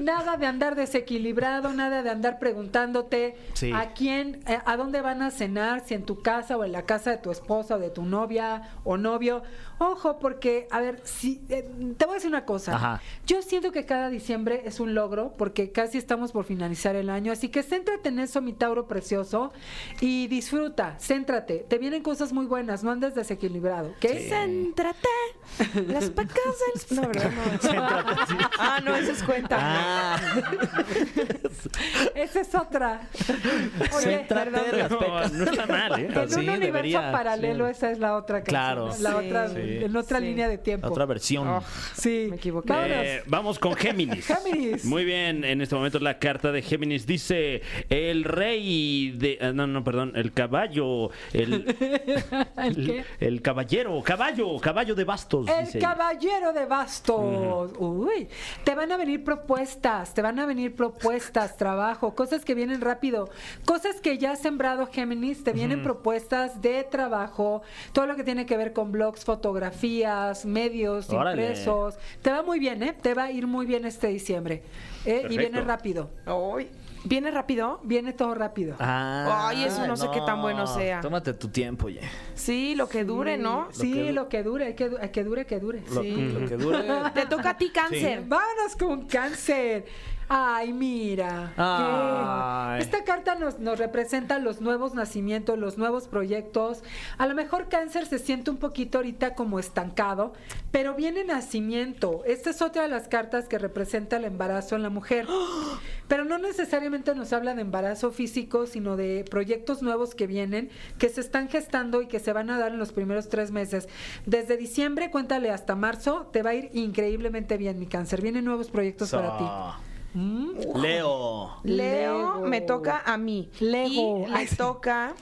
S5: nada de andar desequilibrado, nada de andar preguntándote
S3: Sí.
S5: a quién, eh, a dónde van a cenar, si en tu casa o en la casa de tu esposa o de tu novia o novio. Ojo, porque, a ver, si, eh, te voy a decir una cosa.
S3: Ajá.
S5: Yo siento que cada diciembre es un logro porque casi estamos por finalizar el año, así que céntrate en eso, mi Tauro precioso, y disfruta, céntrate. Te vienen cosas muy buenas, no andes desequilibrado, ¿ok?
S2: Céntrate. Las pacas del. No, ¿verdad? No. Ah, no, eso es cuenta.
S3: Ah,
S5: Esa es otra.
S3: Céntrate
S5: perdón.
S3: de las pecas.
S6: No, no está mal, ¿eh?
S5: En
S3: Sí,
S5: un universo
S3: debería,
S5: paralelo,
S3: sí.
S5: esa es la otra canción,
S3: Claro.
S5: La
S2: Sí.
S5: otra,
S2: Sí.
S5: En otra
S2: Sí.
S5: línea de tiempo.
S3: otra versión.
S2: Oh,
S5: Sí.
S2: Me equivoqué.
S5: Vámonos.
S6: Eh, vamos con Géminis.
S5: Géminis.
S6: Muy bien, en este momento la carta de Géminis dice: El rey de. ah, No, no, perdón, el caballo. El,
S5: ¿El qué?
S6: el caballero, caballo, caballo de bastos.
S5: El
S6: Pues dice.
S5: caballero de bastos. Uy, te van a venir propuestas, te van a venir propuestas, trabajo, cosas que vienen rápido, cosas que ya has sembrado Géminis, te vienen propuestas de trabajo, todo lo que tiene que ver con blogs, fotografías, medios,
S6: Órale.
S5: impresos. Te va muy bien, ¿eh? Te va a ir muy bien este diciembre. ¿eh? Y
S6: Perfecto.
S5: viene rápido,
S2: Ay, ¿Viene rápido?
S5: viene todo rápido.
S3: Ah,
S2: Ay, eso no sé qué tan bueno sea.
S3: Tómate tu tiempo, oye.
S2: Sí, lo que dure, ¿no?
S5: Sí, lo que, dure, hay que, du- hay que dure, que dure.
S3: Lo, lo que dure.
S2: Te toca a ti cáncer.
S5: Vámonos con cáncer. Ay, mira.
S3: Ay.
S5: Qué- Esta carta nos, nos representa los nuevos nacimientos, los nuevos proyectos. A lo mejor cáncer se siente un poquito ahorita como estancado, pero viene nacimiento. Esta es otra de las cartas que representa el embarazo en la mujer. Pero no necesariamente nos habla de embarazo físico, sino de proyectos nuevos que vienen, que se están gestando y que se van a dar en los primeros tres meses. Desde diciembre, cuéntale hasta marzo, te va a ir increíblemente bien, mi cáncer. Vienen nuevos proyectos para ti. Mm.
S3: Leo.
S2: Leo,
S5: Lego.
S2: me toca a mí.
S5: Lego.
S2: Y
S5: Ay,
S2: le
S5: sí.
S2: toca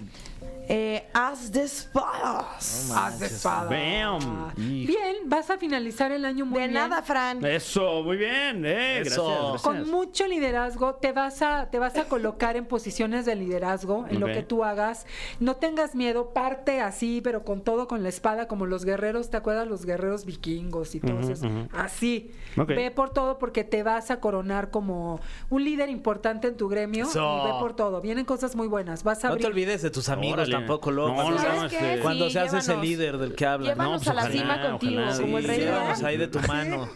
S2: Eh, haz de espadas.
S5: Haz de espada.
S6: Bam.
S5: Bien, vas a finalizar el año muy
S2: de
S5: bien.
S2: nada, Fran.
S6: Eh, Eso, muy bien. Eh, gracias,
S3: Eso.
S6: gracias.
S5: Con mucho liderazgo te vas a te vas a colocar en posiciones de liderazgo en lo
S6: Ok.
S5: que tú hagas. No tengas miedo, parte así, pero con todo con la espada como los guerreros, ¿te acuerdas los guerreros vikingos y todo
S6: Ujú,
S5: eso?
S6: ujú.
S5: Así.
S6: Ok.
S5: Ve por todo porque te vas a coronar como un líder importante en tu gremio
S3: Eso.
S5: y ve por todo. Vienen cosas muy buenas. Vas a
S3: No te
S5: abrir
S3: olvides de tus amigos
S6: Órale.
S3: tampoco, loco.
S6: No, no,
S2: ¿Sabes
S6: no,
S2: qué?
S6: este-
S2: Sí,
S3: Cuando se hace ese
S2: llévanos.
S3: líder del que hablan.
S2: Llévanos
S6: No, pues,
S2: a la
S6: ojalá,
S2: cima contigo,
S6: ojalá,
S2: como el
S6: sí,
S2: rey
S6: sí,
S2: León.
S3: vamos ahí de tu mano.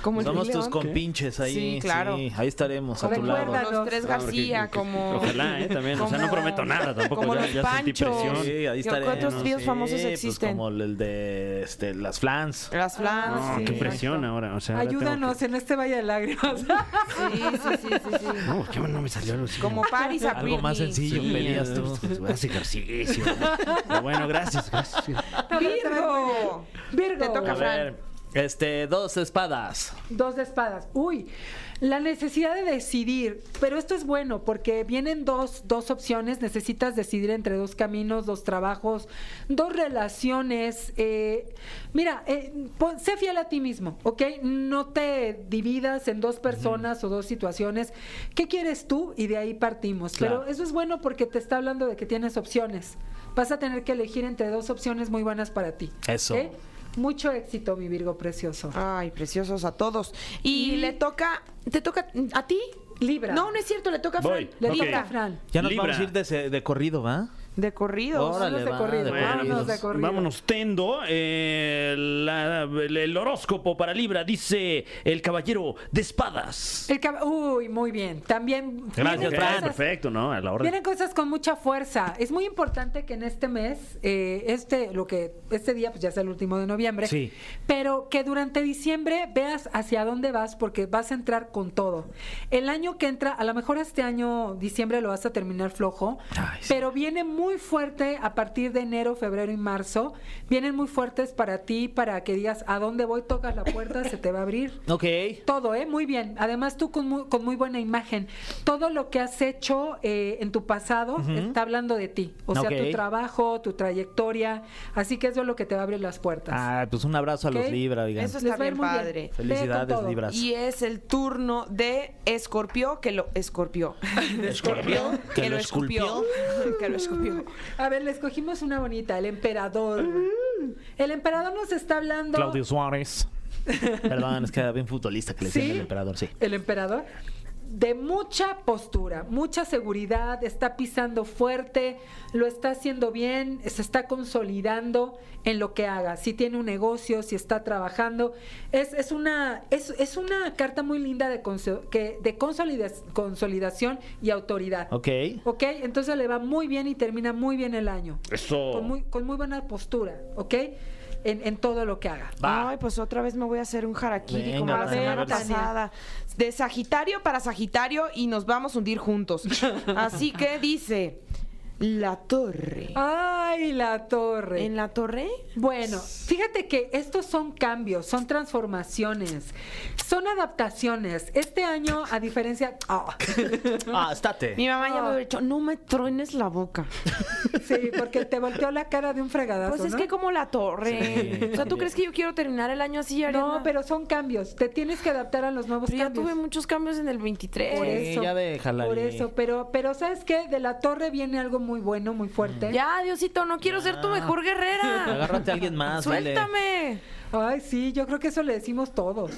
S2: Como el
S3: Somos
S2: Rey
S3: tus
S2: León.
S3: compinches ahí.
S2: Sí, claro.
S3: sí, ahí estaremos a tu
S5: Recuerda,
S3: lado.
S2: Como los tres
S6: Ah, porque-
S2: García,
S6: que-
S2: como.
S6: Ojalá, eh, también. O sea, no
S2: como-
S6: prometo nada tampoco.
S2: Como
S6: ya,
S2: los
S6: ya sentí
S2: Panchos.
S6: presión.
S3: Sí, ahí
S2: Yo, ¿cuántos
S3: estaremos.
S2: tríos
S3: Sí,
S2: famosos
S3: pues,
S2: existen?
S3: como el de este, las flans.
S2: Las flans.
S3: Ah,
S6: No,
S2: sí.
S6: qué presión ahora. O sea, ahora tengo
S5: Ayúdanos en este valle de lágrimas.
S2: Sí, sí, sí, sí, sí.
S6: que- No, qué bueno, no me salió algo así.
S2: Como Paris a
S3: Algo más sencillo pedías tú.
S6: Haz ejercicio. Pero bueno, gracias, gracias.
S2: Virgo.
S5: Virgo.
S2: Te toca,
S3: A
S2: Fran.
S3: ver, este, dos espadas.
S5: Dos de espadas. Uy, la necesidad de decidir, pero esto es bueno porque vienen dos, dos opciones, necesitas decidir entre dos caminos, dos trabajos, dos relaciones. eh, mira, eh, pon- sé fiel a ti mismo, ¿ok? No te dividas en dos personas o dos situaciones. ¿Qué quieres tú? Y de ahí partimos.
S3: Claro.
S5: Pero eso es bueno porque te está hablando de que tienes opciones. Vas a tener que elegir entre dos opciones muy buenas para ti.
S3: Eso. Ah.
S5: ¿ok? Mucho éxito, mi Virgo precioso.
S2: Ay, preciosos a todos. Y, le toca. ¿Te toca a ti?
S5: Libra.
S2: No, no es cierto, le toca a
S6: Voy.
S2: Fran.
S5: Le
S6: Ok.
S5: toca a Fran.
S3: Ya nos
S6: Libra.
S3: vamos a ir de, se- de corrido, ¿va?
S2: De corridos.
S3: Órale,
S5: Vámonos de
S3: va,
S5: corrido.
S3: de
S5: Vámonos
S3: corridos.
S5: pues, de corrido.
S6: Vámonos tendo. Eh, la- el, el horóscopo para Libra dice el caballero de espadas.
S5: El cab- Uy, muy bien. También
S6: Gracias,
S5: vienen
S6: Fran.
S5: Eh, cosas-
S6: Perfecto, ¿no? A la orden.
S5: Vienen cosas con mucha fuerza. Es muy importante que en este mes, eh, este, lo que, este día, pues ya es el último de noviembre,
S3: Sí.
S5: pero que durante diciembre veas hacia dónde vas, porque vas a entrar con todo. El año que entra, a lo mejor este año, diciembre, lo vas a terminar flojo,
S3: Ay, sí.
S5: pero viene muy fuerte a partir de enero, febrero y marzo. Vienen muy fuertes para ti, para que digas a dónde voy, tocas la puerta, se te va a abrir.
S3: Ok.
S5: Todo, ¿eh? Muy bien. Además, tú con muy, con muy buena imagen. Todo lo que has hecho eh, en tu pasado está hablando de ti. O sea,
S3: Ok.
S5: tu trabajo, tu trayectoria. Así que eso es lo que te va a abrir las puertas.
S3: Ah, pues un abrazo a los
S5: Ok.
S3: Libra, digan.
S2: Eso
S5: Les
S2: está
S5: va a ir
S2: bien
S5: muy bien.
S2: padre.
S5: Ve con
S3: Felicidades,
S5: todo.
S3: Libras.
S2: Y es el turno de Escorpio que lo escorpió. De Escorpio
S3: que lo esculpió.
S2: Que lo esculpió.
S5: A ver, le escogimos una bonita, el emperador.
S2: Mm.
S5: El emperador nos está hablando.
S3: Claudio Suárez. Perdón, es que era bien futbolista que le decían
S5: ¿Sí?
S3: el emperador, sí.
S5: El emperador. De mucha postura, mucha seguridad, está pisando fuerte, lo está haciendo bien, se está consolidando en lo que haga. Si tiene un negocio, si está trabajando. Es, es una, es, es una carta muy linda de, conso- que, de consolida- consolidación y autoridad.
S3: Ok.
S5: ¿Ok? Entonces le va muy bien y termina muy bien el año.
S3: Oh.
S6: Eso.
S5: Con muy, con muy buena postura, ¿ok? En, en todo lo que haga.
S3: Va.
S2: Ay, pues otra vez me voy a hacer un harakiri
S3: Venga,
S2: como la
S3: Tania,
S2: semana
S3: a ver si-
S2: pasada. De Sagitario para Sagitario y nos vamos a hundir juntos. Así que dice la torre.
S5: Ah, ¡Ay, la torre!
S2: ¿En la torre?
S5: Bueno, fíjate que estos son cambios, son transformaciones, son adaptaciones. Este año, a diferencia. Ah,
S3: Ah, estate.
S2: Mi mamá ya me
S5: Ah.
S2: hubiera dicho, no me truenes la boca.
S5: sí, porque te volteó la cara de un fregadazo.
S2: Pues es
S5: ¿no?
S2: que como la torre.
S3: Sí,
S2: o sea, ¿tú
S3: también.
S2: crees que yo quiero terminar el año así, Ariana?
S5: No, pero son cambios. Te tienes que adaptar a los nuevos
S2: Pero ya
S5: cambios.
S2: tuve muchos cambios en el 23.
S5: Por
S3: Sí,
S5: eso.
S3: ya déjala
S5: Por
S3: ahí.
S5: eso, pero, pero ¿sabes qué? De la torre viene algo muy bueno, muy fuerte.
S2: Ya, Diosito, no quiero ser tu
S3: Ya.
S2: mejor guerrera.
S3: Agárrate a alguien más, dile.
S2: Suéltame.
S5: Ay, sí, yo creo que eso le decimos todos.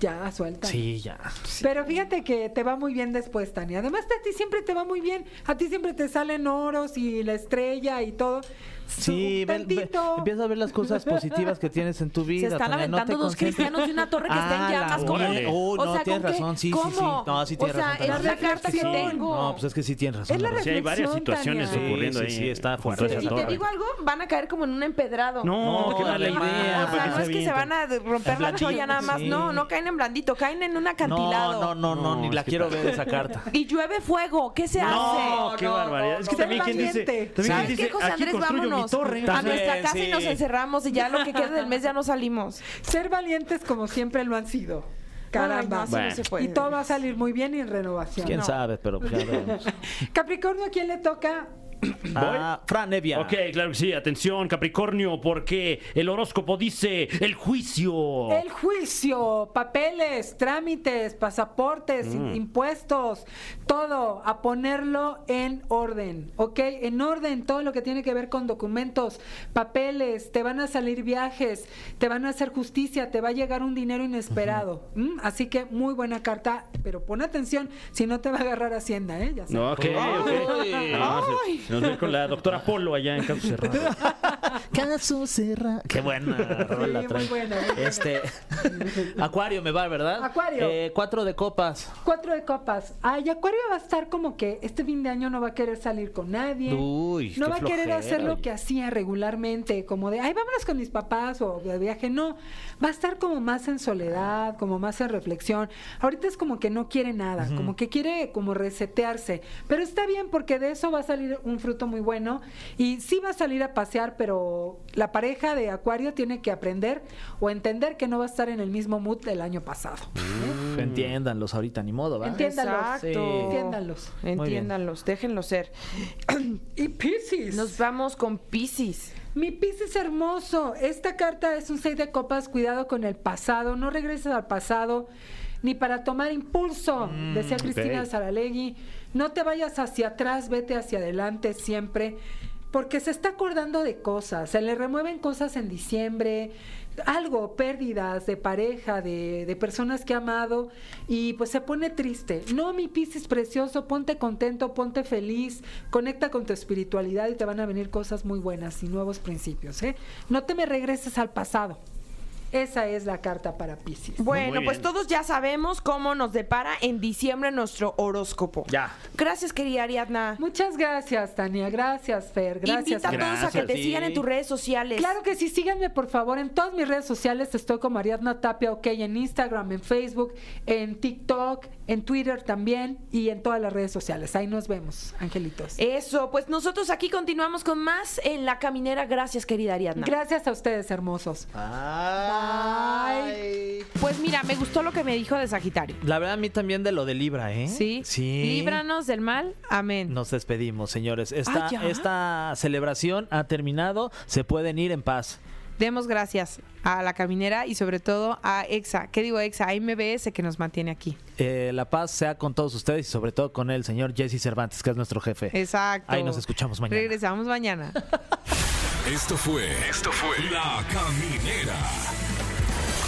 S5: Ya, suelta.
S3: Sí, ya.
S5: Pero fíjate que te va muy bien después, Tania. Además, a ti siempre te va muy bien. A ti siempre te salen oros y la estrella y todo.
S3: Sí,
S5: Un
S3: ve- ve-
S5: tantito.
S3: empieza a ver las cosas positivas que tienes en tu vida.
S2: Se están
S3: Tania, no te
S2: aventando dos
S3: concentres.
S2: cristianos de una torre que está
S3: Ah,
S2: en
S3: la
S2: llamas. ¿Cómo?
S6: órale.
S3: Oh, no,
S2: ¿con
S3: tienes
S2: qué?
S3: razón, sí, sí,
S2: ¿Cómo?
S3: sí. No, sí tienes
S2: o sea,
S3: razón,
S2: es
S3: Tania.
S2: la carta que
S5: Reflexión.
S2: tengo.
S3: No, pues es que sí tienes razón.
S5: Es la
S3: Alberto.
S6: Sí, hay varias
S5: reflexión,
S6: situaciones
S5: Tania.
S6: ocurriendo
S3: Sí,
S6: ahí.
S3: sí, sí, está
S6: junto a
S3: fuerte
S6: esa
S3: la
S2: y te
S6: torre.
S2: digo algo, van a caer como en un empedrado.
S6: No,
S3: No,
S6: qué mala
S3: no,
S6: idea.
S3: no,
S2: o sea, no es que
S6: bien.
S2: se van a romper la
S3: Blandito,
S2: cholla nada más.
S3: sí.
S2: No, no caen en blandito, caen en un acantilado.
S3: No, no, no, no, ni
S6: No,
S3: la
S6: es que
S3: quiero
S6: tal.
S3: ver esa carta.
S2: Y llueve fuego, ¿qué se
S6: No,
S2: hace?
S6: qué barbaridad. es que
S5: no. Ser
S6: también quien dice,
S5: valiente.
S6: también quien
S2: ¿Sabes
S6: dice,
S2: qué, José
S6: aquí
S2: Andrés?
S6: construyo mi
S2: Vámonos
S6: torre.
S2: a nuestra
S3: También,
S2: casa y
S3: sí.
S2: nos encerramos y ya lo que queda del mes ya no salimos.
S5: Ser valientes como siempre lo han sido.
S2: Ay,
S5: Caramba.
S2: no, pues. así no se
S6: Bueno.
S2: puede.
S5: Y todo va a salir muy bien y en renovación.
S3: Quién
S2: No.
S3: sabe, pero pues ya veremos.
S5: Capricornio, ¿a quién le toca?
S3: a Fran Evia.
S6: Ok, claro que sí. Atención, Capricornio, porque el horóscopo dice el juicio.
S5: El juicio, papeles, trámites, pasaportes, in- impuestos, todo, a ponerlo en orden, ¿ok? En orden, todo lo que tiene que ver con documentos, papeles, te van a salir viajes, te van a hacer justicia, te va a llegar un dinero inesperado. ¿m? Así que muy buena carta, pero pon atención, si no te va a agarrar Hacienda, ¿eh? Ya sabes.
S6: No, ok, ok.
S3: Ay.
S6: No, se- nos ve con la doctora Polo allá en Caso Cerrado.
S3: Caso cerrado. Qué buena rola
S5: muy
S3: trae.
S5: buena, muy buena.
S3: Este Acuario me va, ¿verdad?
S5: Acuario.
S3: Eh, cuatro de copas.
S5: Cuatro de copas. Ay, Acuario va a estar como que este fin de año no va a querer salir con nadie.
S3: Uy,
S5: no
S3: qué
S5: va a querer
S3: flojera,
S5: hacer lo
S3: oye.
S5: que hacía regularmente, como de, ay, vámonos con mis papás o de viaje. No, va a estar como más en soledad, como más en reflexión. Ahorita es como que no quiere nada, como que quiere como resetearse. Pero está bien porque de eso va a salir un fruto muy bueno y sí va a salir a pasear, pero la pareja de Acuario tiene que aprender o entender que no va a estar en el mismo mood del año pasado.
S3: Mm. Entiéndanlos ahorita, ni modo, ¿va?
S5: Entiéndanlos.
S2: Exacto.
S3: Sí.
S5: Entiéndanlos.
S3: bien.
S2: Entiéndanlos, déjenlo ser.
S5: Y Pisces.
S2: Nos vamos con Pisces.
S5: Mi Pisces hermoso, esta carta es un 6 de copas, cuidado con el pasado, no regreses al pasado ni para tomar impulso, decía Cristina
S6: ok.
S5: Saralegui, no te vayas hacia atrás, vete hacia adelante siempre, porque se está acordando de cosas, se le remueven cosas en diciembre, algo, pérdidas de pareja, de, de personas que ha amado, y pues se pone triste. No, mi Pisces precioso, ponte contento, ponte feliz, conecta con tu espiritualidad y te van a venir cosas muy buenas y nuevos principios. ¿eh? No te me regreses al pasado. Esa es la carta para Pisces.
S2: Bueno,
S6: Muy
S2: pues
S6: bien.
S2: todos ya sabemos cómo nos depara en diciembre nuestro horóscopo.
S6: Ya.
S2: Gracias, querida Ariadna.
S5: Muchas gracias, Tania. Gracias, Fer. Gracias.
S2: Invita a
S5: Fer.
S2: todos a que
S6: Gracias,
S2: te
S6: sí.
S2: sigan en tus redes sociales.
S5: Claro que sí, síganme por favor en todas mis redes sociales. Estoy como Ariadna Tapia, ok, en Instagram, en Facebook, en TikTok, en Twitter también y en todas las redes sociales. Ahí nos vemos, angelitos.
S2: Eso, pues nosotros aquí continuamos con más en La Caminera. Gracias, querida Ariadna.
S5: Gracias a ustedes, hermosos.
S3: Bye.
S2: pues mira, me gustó lo que me dijo de Sagitario.
S3: La verdad, a mí también de lo de Libra, ¿eh?
S2: Sí.
S3: Sí.
S2: Líbranos del mal. Amén.
S3: Nos despedimos, señores. Esta,
S2: Ah, ¿ya?
S3: esta celebración ha terminado. Se pueden ir en paz.
S2: Demos gracias a La Caminera y sobre todo a EXA. ¿Qué digo EXA? A MBS que nos mantiene aquí.
S3: Eh, la paz sea con todos ustedes y sobre todo con el señor Jesse Cervantes, que es nuestro jefe.
S2: Exacto.
S3: Ahí nos escuchamos mañana.
S2: Regresamos mañana.
S1: Esto fue. Esto fue. La Caminera.